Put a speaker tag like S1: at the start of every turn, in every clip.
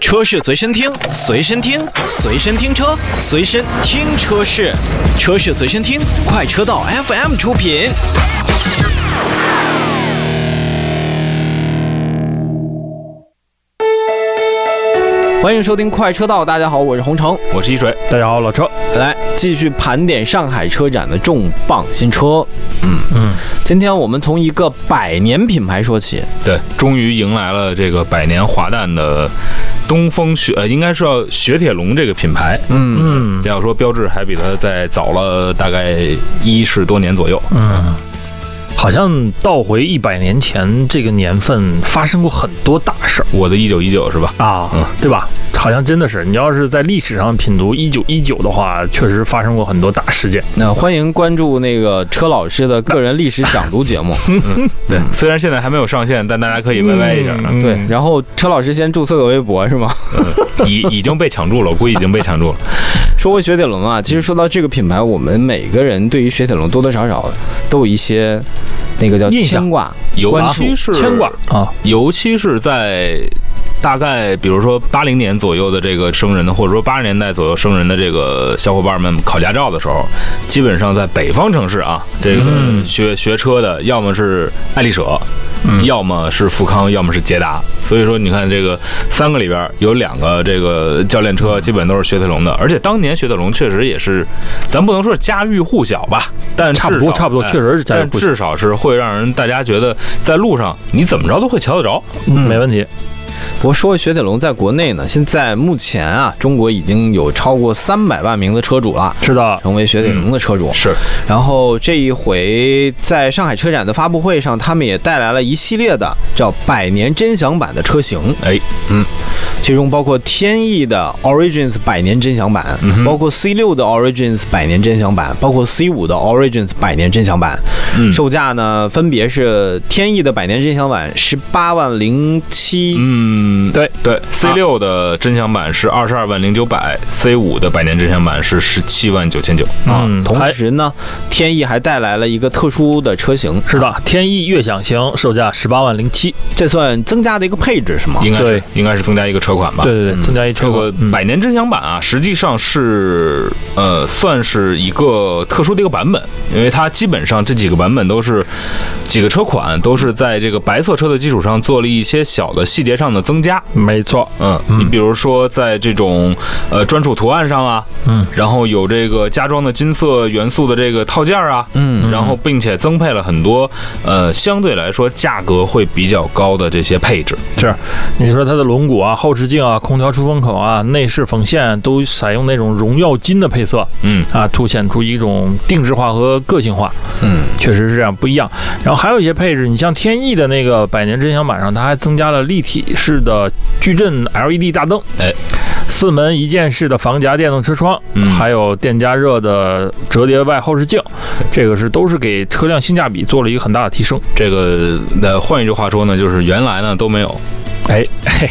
S1: 车是随身听，随身听，随身听车，随身听车是，车是随身听，快车道 FM 出品。欢迎收听快车道，大家好，我是洪城。
S2: 我是一水，大家好，老车。
S1: 来继续盘点上海车展的重磅新车。嗯
S2: 嗯，
S1: 今天我们从一个百年品牌说起，
S2: 对，终于迎来了这个百年华诞的东风雪，呃，应该是要雪铁龙这个品牌。
S1: 嗯，
S2: 嗯，要说标志还比它再早了大概一十多年左右。
S3: 嗯，好像倒回一百年前这个年份发生过很多大事儿
S2: 我的一九一九是吧？
S3: 啊
S2: 嗯
S3: 对吧？好像真的是，你要是在历史上品读一九一九的话，确实发生过很多大事件。
S1: 那欢迎关注那个车老师的个人历史讲读节目。
S2: 对，虽然现在还没有上线，但大家可以 YY 一下啊。
S3: 嗯
S1: 对，然后车老师先注册个微博是吗？
S2: 已已经被抢注了，我估计已经被抢注了。
S1: 说回雪铁龙啊，其实说到这个品牌，我们每个人对于雪铁龙多多少少都有一些那个叫
S3: 印象
S1: 牵挂。
S2: 尤
S1: 关
S2: 其是
S3: 牵挂啊，
S2: 尤其是在大概比如说八零年左右的这个生人的，或者说八十年代左右生人的这个小伙伴们考驾照的时候，基本上在北方城市啊，这个
S3: 嗯
S2: 学、学车的，要么是爱丽舍，
S3: 嗯
S2: 要么是富康，要么是捷达。所以说，你看这个三个里边有两个这个教练车，基本都是雪铁龙的。而且当年雪铁龙确实也是，咱不能说是家喻户晓吧，但
S3: 差不多
S2: 至少
S3: 差不多
S2: 哎
S3: 确实是家喻户
S2: 但
S3: 晓
S2: 至少是会让人大家觉得在路上你怎么着都会瞧得着。
S3: 嗯没问题。
S1: 不过说回雪铁龙在国内呢，现在目前啊，中国已经有超过三百万名的车主了，
S3: 是的，
S1: 成为雪铁龙的车主。
S2: 是，
S1: 然后这一回在上海车展的发布会上，他们也带来了一系列的叫“百年真享版”的车型，
S2: 哎，
S1: 其中包括天翼的 Origins 百年真享版，
S2: 嗯哼
S1: 包括 C 6的 Origins 百年真享版，包括 C 5的 Origins 百年真享版。
S2: 嗯
S1: 售价呢，分别是天翼的百年真享版十八万零七，
S2: 嗯，
S3: 对
S2: 对，C 六的真享版是二十二万零九百，C 五的百年真享版是十七万九千九。
S1: 啊
S3: 嗯，
S1: 同
S3: 还
S1: 时呢，天翼还带来了一个特殊的车型，
S3: 是的，天翼悦享型售价十八万零七，
S1: 这算增加的一个配置是吗？
S2: 应该是
S3: 对
S2: 应该是增加一个车款吧？
S3: 对对对
S2: 嗯
S3: 增加一车款
S2: 这个百年真享版啊，实际上是呃，算是一个特殊的一个版本，因为它基本上这几个版本都是几个车款都是在这个白色车的基础上做了一些小的细节上的增加。
S3: 没错，
S2: 嗯，你比如说在这种呃专属图案上啊，
S3: 嗯，
S2: 然后有这个加装的金色元素的这个套件啊，
S1: 嗯，
S2: 然后并且增配了很多呃相对来说价格会比较高的这些配置。
S3: 是，你说它的轮毂啊、后视镜啊、空调出风口啊、内饰缝线都采用那种荣耀金的配色，
S2: 嗯
S3: 啊，凸显出一种定制化和个性化，
S1: 嗯，
S3: 确实是这样不一样。然后还有一些配置，你像天翼的那个百年真享版上，它还增加了立体式的矩阵 LED 大灯，
S2: 哎，
S3: 四门一键式的防夹电动车窗，
S2: 嗯
S3: 还有电加热的折叠外后视镜，这个是都是给车辆性价比做了一个很大的提升。
S2: 这个呃，换一句话说呢，就是原来呢都没有。
S3: 哎嘿，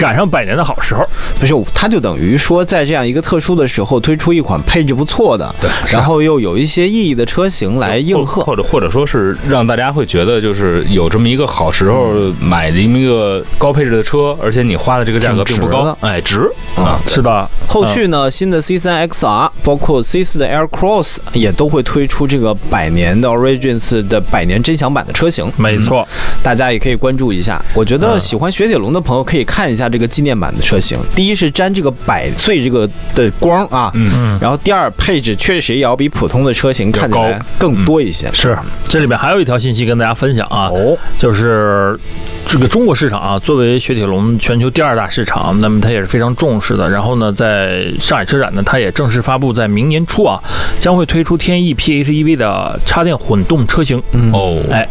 S3: 赶上百年的好时候，
S1: 不是，它就等于说在这样一个特殊的时候推出一款配置不错的，
S2: 对，
S1: 然后又有一些意义的车型来应和。
S2: 或者或者说是让大家会觉得，就是有这么一个好时候买的这么一个高配置的车，而且你花的这个价格并不
S1: 挺值
S2: 高
S1: 的，
S2: 哎，值啊，
S3: 是的，
S1: 嗯后续呢，新的 C 3 XR 包括 C 4的 Air Cross 也都会推出这个百年的 Origins 的百年真享版的车型，
S3: 没错，
S1: 大家也可以关注一下。我觉得
S3: 嗯
S1: 喜欢雪铁龙的朋友可以看一下这个纪念版的车型，第一是沾这个百岁这个的光啊，
S2: 嗯
S3: 嗯。
S1: 然后第二配置确实也要比普通的车型看起
S2: 要
S1: 来
S2: 高嗯
S1: 更多一些。
S3: 是，这里面还有一条信息跟大家分享啊，
S1: 哦，
S3: 就是这个中国市场啊，作为雪铁龙全球第二大市场，那么它也是非常重视的。然后呢，在上海车展呢，它也正式发布，在明年初啊，将会推出天翼 PHEV 的插电混动车型。
S1: 嗯，
S2: 哦，
S3: 哎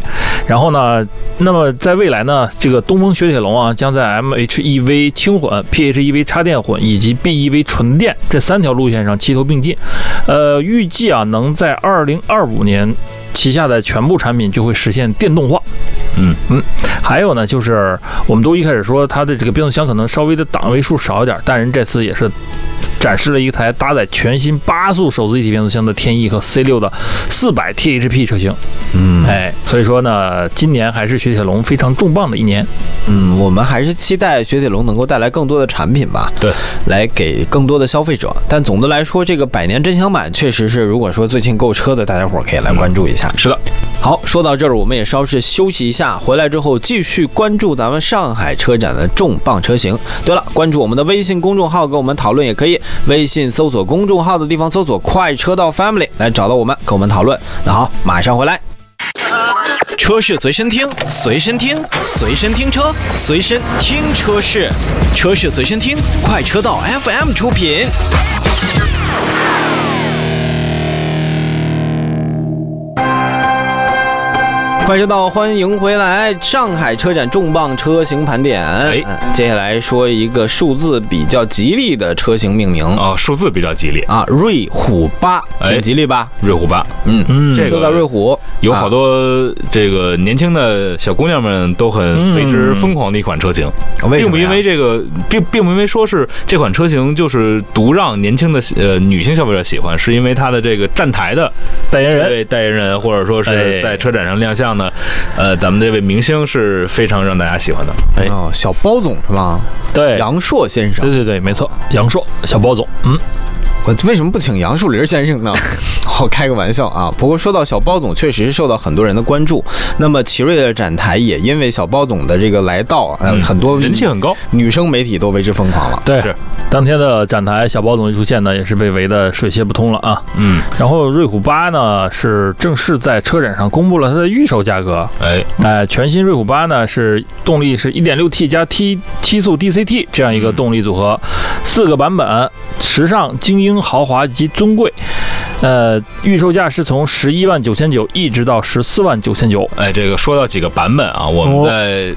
S3: 然后呢，那么在未来呢，这个东风雪铁龙啊，将在 MHEV 轻混、PHEV 插电混以及 BEV 纯电这三条路线上齐头并进。呃，预计啊，能在二零二五年。旗下的全部产品就会实现电动化。
S2: 嗯
S3: 嗯，还有呢，就是我们都一开始说它的这个变速箱可能稍微的档位数少一点，但人这次也是展示了一台搭载全新八速手自一体变速箱的天翼和 C6 的400 THP 车型。
S1: 嗯
S3: 哎，所以说呢，今年还是雪铁龙非常重磅的一年。
S1: 嗯，我们还是期待雪铁龙能够带来更多的产品吧，
S2: 对，
S1: 来给更多的消费者。但总的来说，这个百年真香版确实是，如果说最近购车的，大家伙儿可以来关注一下。
S2: 嗯是的，
S1: 好，说到这儿，我们也稍事休息一下，回来之后继续关注咱们上海车展的重磅车型。对了，关注我们的微信公众号，跟我们讨论也可以，微信搜索公众号的地方搜索“快车道 Family” 来找到我们，跟我们讨论。那好，马上回来。
S4: 车是随身听，随身听，随身听车，随身听车是，车是随身听，快车道 FM 出品。
S1: 快车道，欢迎回来！上海车展重磅车型盘点，
S2: 哎
S1: 嗯接下来说一个数字比较吉利的车型命名
S4: 哦
S2: 啊、数字比较吉利，
S1: 啊，瑞虎八，
S2: 哎
S1: 挺吉利吧？
S2: 瑞虎八
S1: 嗯
S3: 嗯
S2: 这个
S1: 说到瑞虎，
S2: 有好多这个年轻的小姑娘们都很
S3: 嗯
S2: 为之疯狂的一款车型，
S1: 啊为什
S2: 并
S1: 么
S2: 不
S1: 呀
S2: 因为这个，并并不因为说是这款车型就是独让年轻的呃女性消费者喜欢，是因为它的这个站台的
S3: 代言
S2: 这
S3: 人，
S2: 位代言人，或者说是
S3: 哎
S2: 在车展上亮相的，呃，咱们这位明星是非常让大家喜欢的。
S3: 哎
S1: 哦，小包总是吧？
S2: 哎
S3: 对，
S1: 杨烁先生
S3: 对，对对，没错，杨烁，小包总，嗯，
S1: 我为什么不请杨树林先生 呢？我开个玩笑啊。不过说到小包总，确实是受到很多人的关注。那么奇瑞的展台也因为小包总的这个来到，呃，
S2: 嗯
S1: 很多
S2: 人气很高，
S1: 女生媒体都为之疯狂了。
S3: 对
S2: 是
S3: 当天的展台，小包总一出现呢，也是被围得水泄不通了啊。
S2: 嗯，
S3: 然后瑞虎八呢，是正式在车展上公布了它的预售价格。
S2: 哎，
S3: 哎，全新瑞虎八呢是动力是 1.6T 加 T 七速 DCT 这样一个
S2: 嗯
S3: 动力组合，四个版本，时尚、精英、豪华及尊贵。呃，预售价是从十一万九千九一直到十四万九千九。
S2: 哎，这个说到几个版本啊，我们
S3: 哦
S2: 在、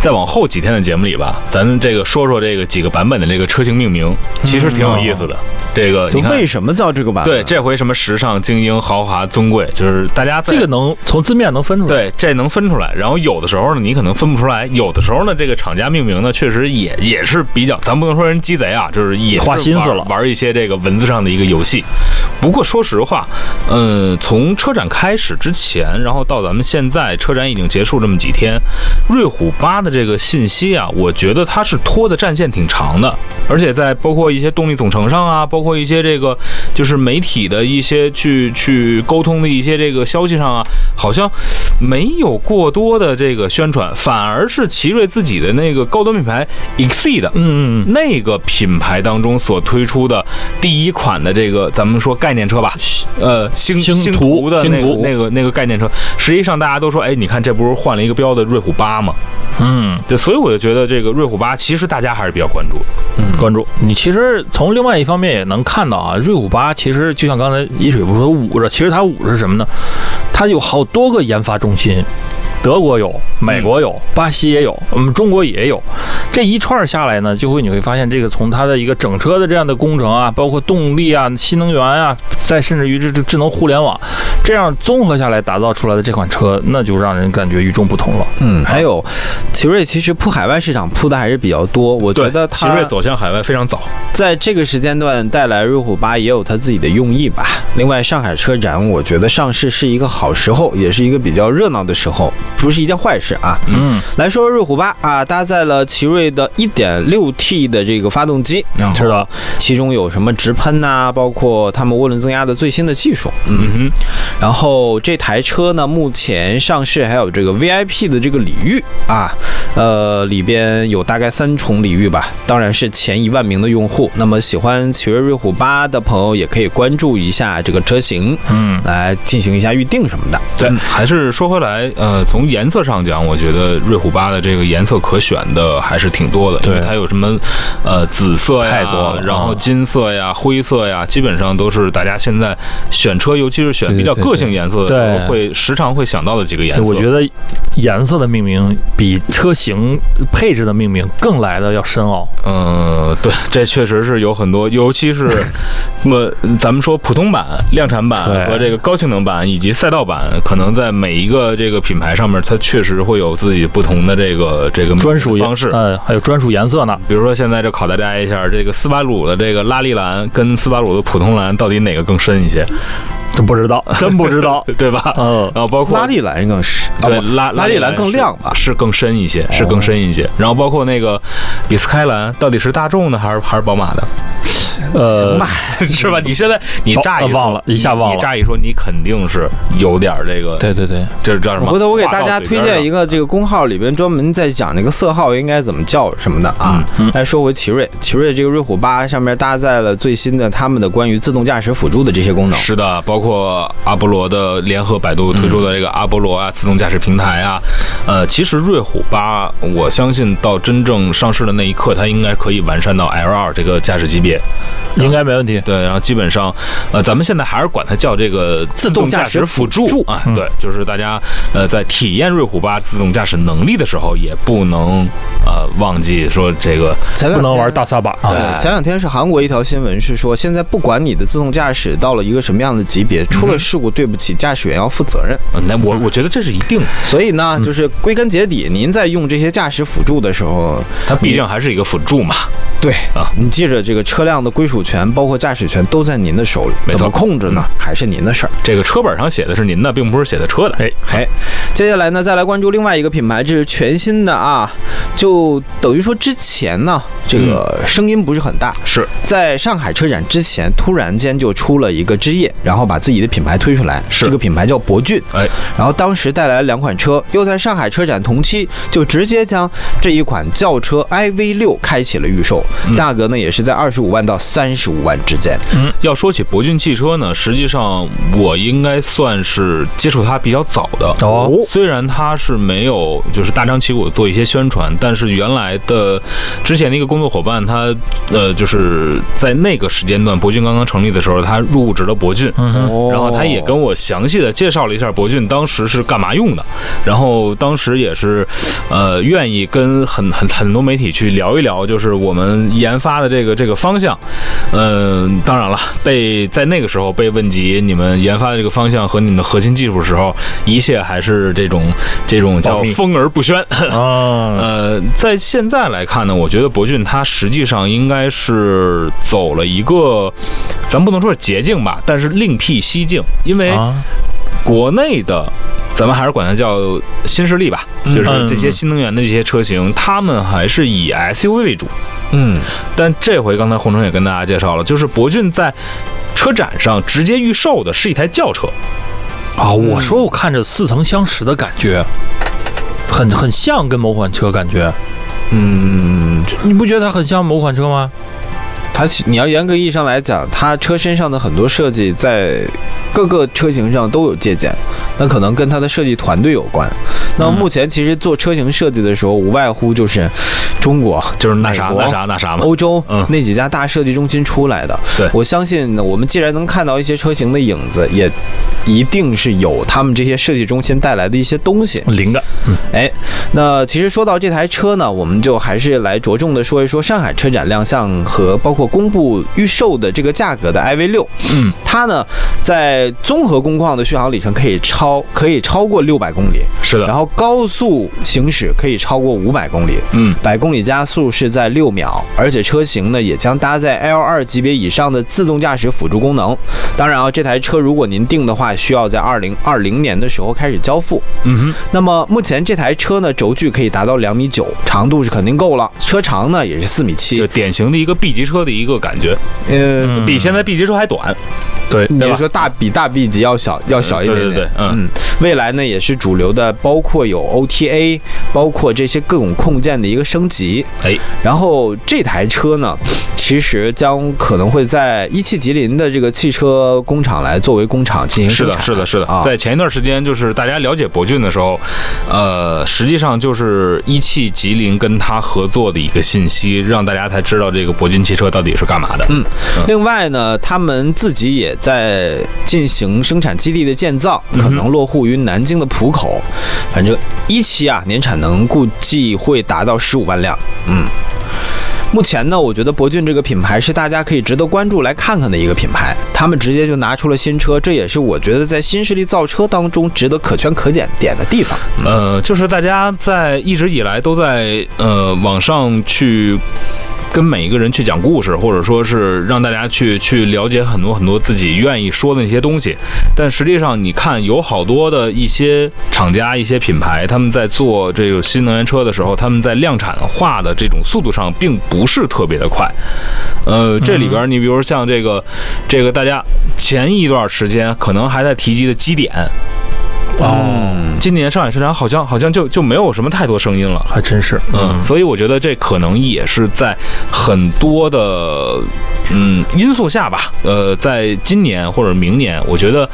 S2: 再往后几天的节目里吧，咱们这个说说这个几个版本的这个车型命名，其实挺有意思的。这个
S1: 嗯就
S2: 你看
S1: 为什么叫这个版本？啊
S2: 对，这回什么时尚、精英、豪华、尊贵，就是大家在
S3: 这个能从字面能分出来。，
S2: 对这能分出来。然后有的时候呢，你可能分不出来；有的时候呢，这个厂家命名呢，确实也也是比较，咱不能说人鸡贼啊，就是也是
S3: 花心思
S2: 玩
S3: 了
S2: 玩一些这个文字上的一个游戏。不过说实话，嗯，从车展开始之前，然后到咱们现在车展已经结束这么几天，瑞虎八的这个信息啊，我觉得它是拖的战线挺长的，而且在包括一些动力总成上啊，包括一些这个就是媒体的一些去去沟通的一些这个消息上啊，好像没有过多的这个宣传，反而是奇瑞自己的那个高端品牌 Exceed。
S3: 嗯，
S2: 那个品牌当中所推出的第一款的这个，咱们说概念车吧，
S3: 嗯
S2: 呃，星
S3: 星
S2: 星
S3: 途
S2: 的那
S3: 星
S2: 个
S3: 途
S2: 那个那个概念车，实际上大家都说，哎，你看这不是换了一个标的瑞虎八吗？
S3: 嗯
S2: 对，所以我就觉得这个瑞虎八其实大家还是比较关注的。
S3: 嗯，关注你。其实从另外一方面也能看到啊，瑞虎八其实就像刚才一水不说捂着，其实它捂着是什么呢？它有好多个研发中心，德国有，美国有，巴西也有，我们中国也有。这一串下来呢，就会你会发现，这个从它的一个整车的这样的工程啊，包括动力啊、新能源啊，再甚至于这这智能互联网，这样综合下来打造出来的这款车，那就让人感觉与众不同了。
S1: 嗯，还有奇瑞其实铺海外市场铺的还是比较多，我觉得
S2: 奇
S1: 它
S2: 瑞走向海外非常早，
S1: 在这个时间段带来瑞虎八也有它自己的用意吧。另外，上海车展我觉得上市是一个好时候，也是一个比较热闹的时候，不是一件坏事啊。
S3: 嗯，
S1: 来说瑞虎八啊，搭载了奇瑞的 1.6T 的这个发动机，然
S3: 是
S1: 后
S3: 的，
S1: 其中有什么直喷呐、包括他们涡轮增压的最新的技术，嗯
S2: 嗯哼，
S1: 然后这台车呢，目前上市还有这个 VIP 的这个礼遇啊，呃，里边有大概三重礼遇吧，当然是前一万名的用户。那么喜欢奇瑞瑞虎八的朋友也可以关注一下这个车型，
S3: 嗯，
S1: 来进行一下预定什么的。
S2: 对，嗯还是说回来，呃，从颜色上讲，我觉得瑞虎八的这个颜色可选的还是挺多的，因为
S3: 对
S2: 它有什么呃紫色呀，
S3: 太多了
S2: 然后
S3: 啊
S2: 金色呀、灰色呀，基本上都是大家现在选车，尤其是选
S3: 对
S2: 比较
S3: 对
S2: 个
S3: 对
S2: 性颜色的时
S3: 对
S2: 候，会时常会想到的几个颜
S3: 所
S2: 色。
S3: 以我觉得颜色的命名比车型配置的命名更来的要深奥。
S2: 嗯，对，这确实是有很多，尤其 是那么咱们说普通版、量产版
S3: 对
S2: 和这个高性能版以及赛道版，可能在每一个这个品牌上面，它确实会有自己不同的这个这个
S3: 专属颜
S2: 嗯方式。
S1: 啊
S3: 呃，还有专属颜色呢。
S2: 比如说现在就考大家一下，这个斯巴鲁的这个拉力蓝跟斯巴鲁的普通蓝到底哪个更深一些，
S3: 这不知 道，真不知道。
S2: 对吧？
S3: 嗯，
S2: 然后包括
S1: 啊拉力蓝更是啊
S2: 对
S1: 不
S2: 拉
S1: 拉力蓝更
S2: 是
S1: 亮哦吧
S2: 是更深一些，是更深一些。然后包括那个比斯开蓝到底是大众的还是还是宝马的，
S3: 呃，
S2: 是吧？你现在你
S3: 宝
S2: 乍一
S3: 呃忘了一下忘了
S2: 你乍一说你肯定是有点儿这个，
S3: 对对对，
S2: 这叫什么？
S1: 回头我给大家推荐一
S2: 个。
S1: 个这个公号里边专门在讲这个色号应该怎么叫什么的啊。来说回奇瑞，奇瑞这个瑞虎八上面搭载了最新的他们的关于自动驾驶辅助的这些功能。
S2: 嗯是的，包括阿波罗的联合百度推出
S3: 嗯
S2: 的这个阿波罗啊，自动驾驶平台啊，呃，其实瑞虎八，我相信到真正上市的那一刻，它应该可以完善到 L 二这个驾驶级别。
S3: 应该没问 题。
S2: 对，然后基本上，呃，咱们现在还是管它叫这个
S1: 自
S2: 动
S1: 动驾驶
S2: 驶辅助
S1: 助
S2: 啊，
S3: 嗯
S2: 对，就是大家呃在体验瑞虎八自动驾驶能力的时候，也不能呃忘记说这个
S1: 前两
S3: 不能
S1: 天
S3: 玩大撒把啊！
S1: 对，前两天是韩国一条新闻是说，现在不管你的自动驾驶到了一个什么样的级别，出了事故，对不起，驾驶员要负责任。
S2: 呃那、我我觉得这是一定的，
S1: 所以呢，就是归根结底，您在用这些驾驶辅助的时候，
S2: 它毕竟还是一个辅助嘛。
S1: 对
S2: 啊
S1: 你记着这个车辆的归属权，包括驾驶权都在您的手里，
S2: 没错
S1: 怎么控制呢，还是您的事儿。
S2: 这个车本上写的是您的，并不是写的车的。哎，
S1: 嘿，接下来呢，再来关注另外一个品牌，这是全新的啊，就等于说之前呢，这个声音不是很大，
S2: 嗯是
S1: 在上海车展之前，突然间就出了一个枝叶，然后把自己的品牌推出来，
S2: 是
S1: 这个品牌叫博骏，
S2: 哎，
S1: 然后当时带来了两款车，又在上海车展同期就直接将这一款轿车 iV 六开启了预售，
S2: 嗯
S1: 价格呢也是在二十五万到三十五万之间，
S2: 嗯要说起博骏汽车呢，实际上我应该算是接触它比较早的
S3: 哦。
S2: 虽然它是没有就是大张旗鼓地做一些宣传，但是原来的呃之前的一个工作伙伴，他呃就是在那个时间段，博骏刚刚成立的时候，他入职了博骏。
S3: 嗯哼，
S1: 哦
S2: 然后他也跟我详细的介绍了一下博骏当时是干嘛用的，然后当时也是，呃，愿意跟很很很多媒体去聊一聊，就是我们研发的这个这个方向。嗯、当然了，被在那个时候被问及你们研发的这个方向和你们的核心技术时候，一切还是这种这种
S3: 保
S2: 叫
S3: 密
S2: 风而不宣。
S3: 啊，
S2: 呃，在现在来看呢，我觉得博骏它实际上应该是走了一个，咱不能说是捷径吧，但是另辟蹊径，因为
S3: 啊
S2: 国内的。咱们还是管它叫新势力吧，就是这些新能源的这些车型，他们还是以 SUV 为主。
S1: 嗯，
S2: 但这回刚才洪城也跟大家介绍了，就是博骏在车展上直接预售的是一台轿车，哎
S3: 啊！
S2: 嗯
S3: 我说我看着似曾相识的感觉，很很像跟某款车感觉，
S2: 嗯，
S3: 你不觉得它很像某款车吗？
S1: 它其你要严格意义上来讲，它车身上的很多设计在各个车型上都有借鉴，那可能跟它的设计团队有关。那么目前其实做车型设计的时候，无外乎就是中国、
S2: 就是那啥
S1: 美国
S2: 那啥那啥嘛，
S1: 欧洲
S2: 嗯
S1: 那几家大设计中心出来的。
S2: 对
S1: 我相信我们既然能看到一些车型的影子，也一定是有他们这些设计中心带来的一些东西。
S3: 灵感，
S2: 嗯
S1: 哎，那其实说到这台车呢，我们就还是来着重的说一说上海车展亮相和包括公布预售的这个价格的 iV 六。
S2: 嗯，
S1: 它呢在综合工况的续航里程可以超可以超过六百公里，
S2: 是的
S1: 然，后高速行驶可以超过五百公里，
S2: 嗯，
S1: 百公里加速是在六秒，而且车型呢也将搭载 L 二级别以上的自动驾驶辅助功能。当然啊，这台车如果您订的话，需要在二零二零年的时候开始交付。
S2: 嗯哼，
S1: 那么目前这台车呢，轴距可以达到两米九，长度是肯定够了，车长呢也是四米
S2: 就
S1: 七。
S2: 典型的一个 B 级车的一个感觉，
S1: 呃，
S3: 嗯
S2: 比现在 B 级车还短，
S3: 对
S1: 你
S2: 对
S1: 就
S2: 吧
S1: 说大比大 B 级要小要小一点点，
S2: 对对对嗯
S1: 未来呢也是主流的，包括有 OTA，包括这些各种控件的一个升级。
S2: 哎，
S1: 然后这台车呢，其实将可能会在一汽吉林的这个汽车工厂来作为工厂进行
S2: 是
S1: 生
S2: 的，
S1: 产。
S2: 是的，是的。
S1: 啊
S2: 在前一段时间，就是大家了解博骏的时候，呃，实际上就是一汽吉林跟他合作的一个信息，让大家才知道这个博骏汽车到底是干嘛的。
S1: 嗯另外呢，他们自己也在进行生产基地的建造，可能落户于南京的浦口。反正一期啊，年产能估计会达到十五万辆。嗯。目前呢，我觉得博骏这个品牌是大家可以值得关注来看看的一个品牌。他们直接就拿出了新车，这也是我觉得在新势力造车当中值得可圈可点点的地方。
S2: 呃，就是大家在一直以来都在呃网上去。跟每一个人去讲故事，或者说是让大家去去了解很多很多自己愿意说的那些东西。但实际上，你看有好多的一些厂家、一些品牌，他们在做这个新能源车的时候，他们在量产化的这种速度上，并不是特别的快。呃，这里边你比如像这个，这个大家前一段时间可能还在提及的基点。嗯
S3: 哦，
S1: 嗯
S2: 今年上海车展好像好像就就没有什么太多声音了，
S3: 还真是，
S2: 嗯，所以我觉得这可能也是在很多的嗯因素下吧，呃，在今年或者明年，我觉得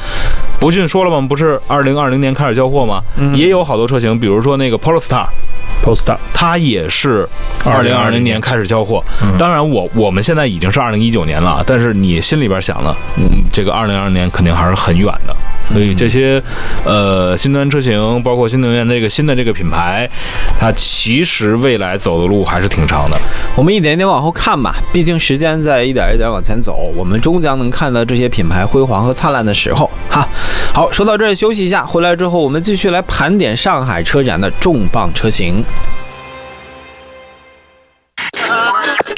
S2: 博骏说了吗？不是二零二零年开始交货吗？
S1: 嗯
S2: 也有好多车型，比如说那个 Polestar，
S3: Polestar，
S2: 它也是二零二
S3: 2020
S2: 零年开始交货。
S3: 嗯
S2: 当然我，我们现在已经是二零一九年了，但是你心里边想的，嗯，这个二零二零年肯定还是很远的。所以这些，呃，新能源车型，包括新能源的这个新的这个品牌，它其实未来走的路还是挺长的。
S1: 我们一点一点往后看吧，毕竟时间在一点一点往前走，我们终将能看到这些品牌辉煌和灿烂的时候哈。好，说到这儿休息一下，回来之后我们继续来盘点上海车展的重磅车型。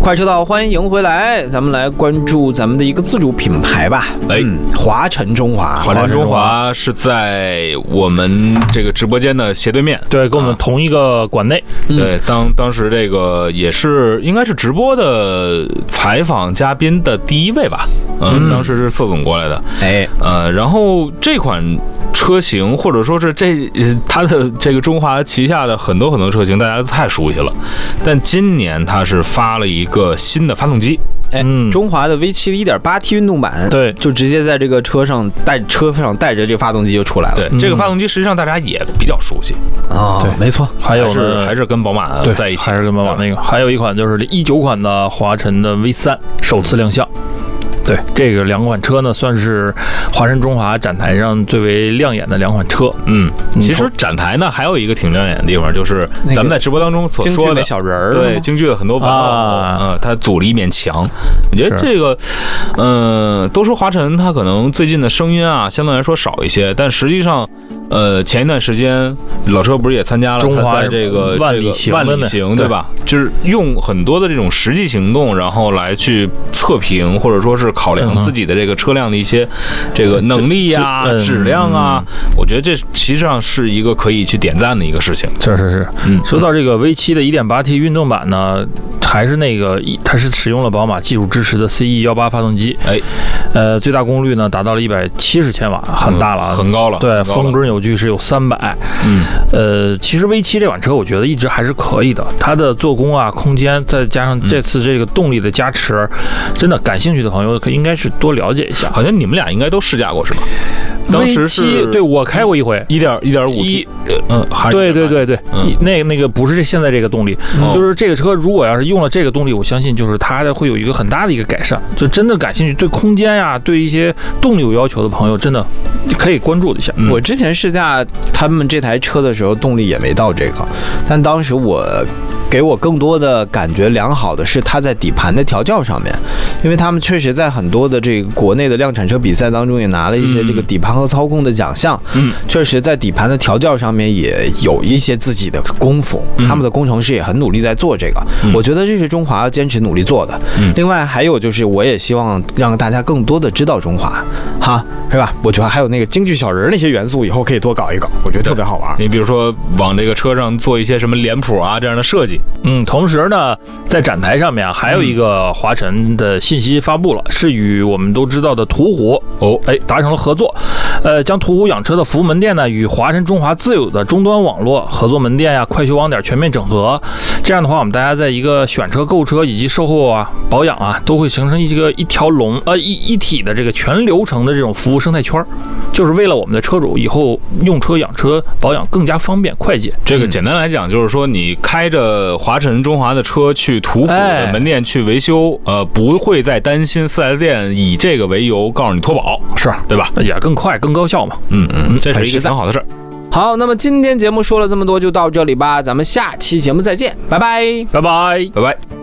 S1: 快车道，欢迎迎回来，咱们来关注咱们的一个自主品牌吧，
S2: 哎
S1: 嗯，华晨中华，
S2: 华
S3: 晨
S2: 晨中
S3: 中
S2: 华是在我们这个直播间的斜对面，
S3: 对，跟我们同一个馆内，
S1: 嗯
S2: 对，当当时这个也是应该是直播的采访嘉宾的第一位吧，嗯，
S3: 嗯
S2: 当时是色总过来的，
S1: 哎，
S2: 呃，然后这款车型或者说是这呃它的这个中华旗下的很多很多车型大家都太熟悉了，但今年它是发了一个新的发动机，
S1: 哎
S3: 嗯，
S1: 中华的 V 7 1 8 T 运动版，
S3: 对
S1: 就直接在这个车上带车上带着这个发动机就出来了。
S2: 对，
S3: 嗯
S2: 这个发动机实际上大家也比较熟悉，
S1: 啊、
S3: 对
S1: 没错，
S3: 还有
S2: 还是还
S3: 是。
S2: 是跟宝马
S3: 对，
S2: 啊在一起，
S3: 还是跟宝马那个，还有一款就是一九款的华晨的 V 三首次亮相。对，这个两款车呢，算是华晨中华展台上最为亮眼的两款车。
S2: 嗯，
S3: 嗯
S2: 其实展台呢还有一个挺亮眼的地方，就是咱们在直播当中所
S1: 京剧
S2: 说的
S1: 那。小人儿，嗯
S2: 对，京剧的很多朋友，
S3: 啊
S2: 嗯，他组了一面墙。我觉得
S3: 是
S2: 这个，嗯，都说华晨他可能最近的声音啊，相对来说少一些，但实际上，呃，前一段时间老车不是也参加了
S3: 中
S2: 他
S3: 华
S2: 在这个
S3: 万
S2: 这
S3: 里
S2: 个
S3: 行
S2: 万
S3: 的
S2: 里
S3: 那
S2: 行，
S3: 对
S2: 对吧？就是用很多的这种实际行动，然后来去测评或者说是考
S3: 嗯
S2: 量
S3: 哼
S2: 自己的这个车辆的一些这个能力呀、
S3: 质嗯
S2: 质量啊，我觉得这实际上是一个可以去点赞的一个事情。
S3: 是是是，
S2: 嗯，
S3: 说到这个 V 7的 1.8T 运动版呢，还是那个一，它是使用了宝马技术支持的 CE 1 8发动机，
S2: 哎，
S3: 呃，最大功率呢达到了170千瓦，很大了啊。
S2: 嗯很高了，
S3: 对，
S2: 很高了
S3: 峰，值扭矩是有三百，
S2: 嗯，
S3: 呃，其实 V 7这款车我觉得一直还是可以的，它的做工啊、空间，再加上这次这个动力的加持，真的感兴趣的朋友可应该是多了解一下。
S2: 好像你们俩应该都试驾过是吧？当时
S3: V
S2: 是
S3: 7对我开过一回，
S2: 一点一点
S3: 一
S2: 五 T，嗯，还是
S3: 对对对对，
S2: 嗯
S3: 一那个那个不是这现在这个动力，
S2: 嗯
S3: 就是这个车如果要是用了这个动力，我相信就是它会有一个很大的一个改善。就真的感兴趣，对空间呀、对一些动力有要求的朋友，真的可以关注一下。
S2: 嗯
S1: 我之前试驾他们这台车的时候，动力也没到这个，但当时我给我更多的感觉良好的是它在底盘的调教上面，因为他们确实在很多的这个国内的量产车比赛当中也拿了一些
S2: 嗯
S1: 这个底盘和操控的奖项，
S2: 嗯，
S1: 确实在底盘的调教上面也有一些自己的功夫，
S2: 嗯
S1: 他们的工程师也很努力在做这个，
S2: 嗯
S1: 我觉得这是中华要坚持努力做的。
S2: 嗯
S1: 另外还有就是，我也希望让大家更多的知道中华，哈，是吧？我觉得还有那个京剧小人儿那些元素，以后可以多搞一搞，我觉得特别好玩。
S2: 你比如说往这个车上做一些什么脸谱啊这样的设计，
S3: 嗯，同时呢，在展台上面啊，还有一个华晨的信息发布了，是与我们都知道的途虎
S2: 哦
S3: 哎达成了合作。呃，将途虎养车的服务门店呢与华晨中华自有的终端网络合作门店呀、快修网点全面整合。这样的话，我们大家在一个选车、购车以及售后啊、保养啊，都会形成一个一条龙呃一一体的这个全流程的这种服务生态圈儿，就是为了我们的车主以后用车、养车、保养更加方便快捷。
S2: 这个简单来讲，就是说你开着华晨中华的车去途虎的
S3: 哎
S2: 门店去维修，呃，不会再担心 4S 店以这个为由告诉你脱保，
S3: 是
S2: 对吧？
S3: 呃也更快、更高效嘛。
S2: 嗯嗯，这是
S1: 很
S2: 一
S1: 实
S2: 个
S1: 在
S2: 挺好的事儿。
S1: 好，那么今天节目说了这么多，就到这里吧，咱们下期节目再见，拜拜。
S3: 拜拜。
S2: 拜拜。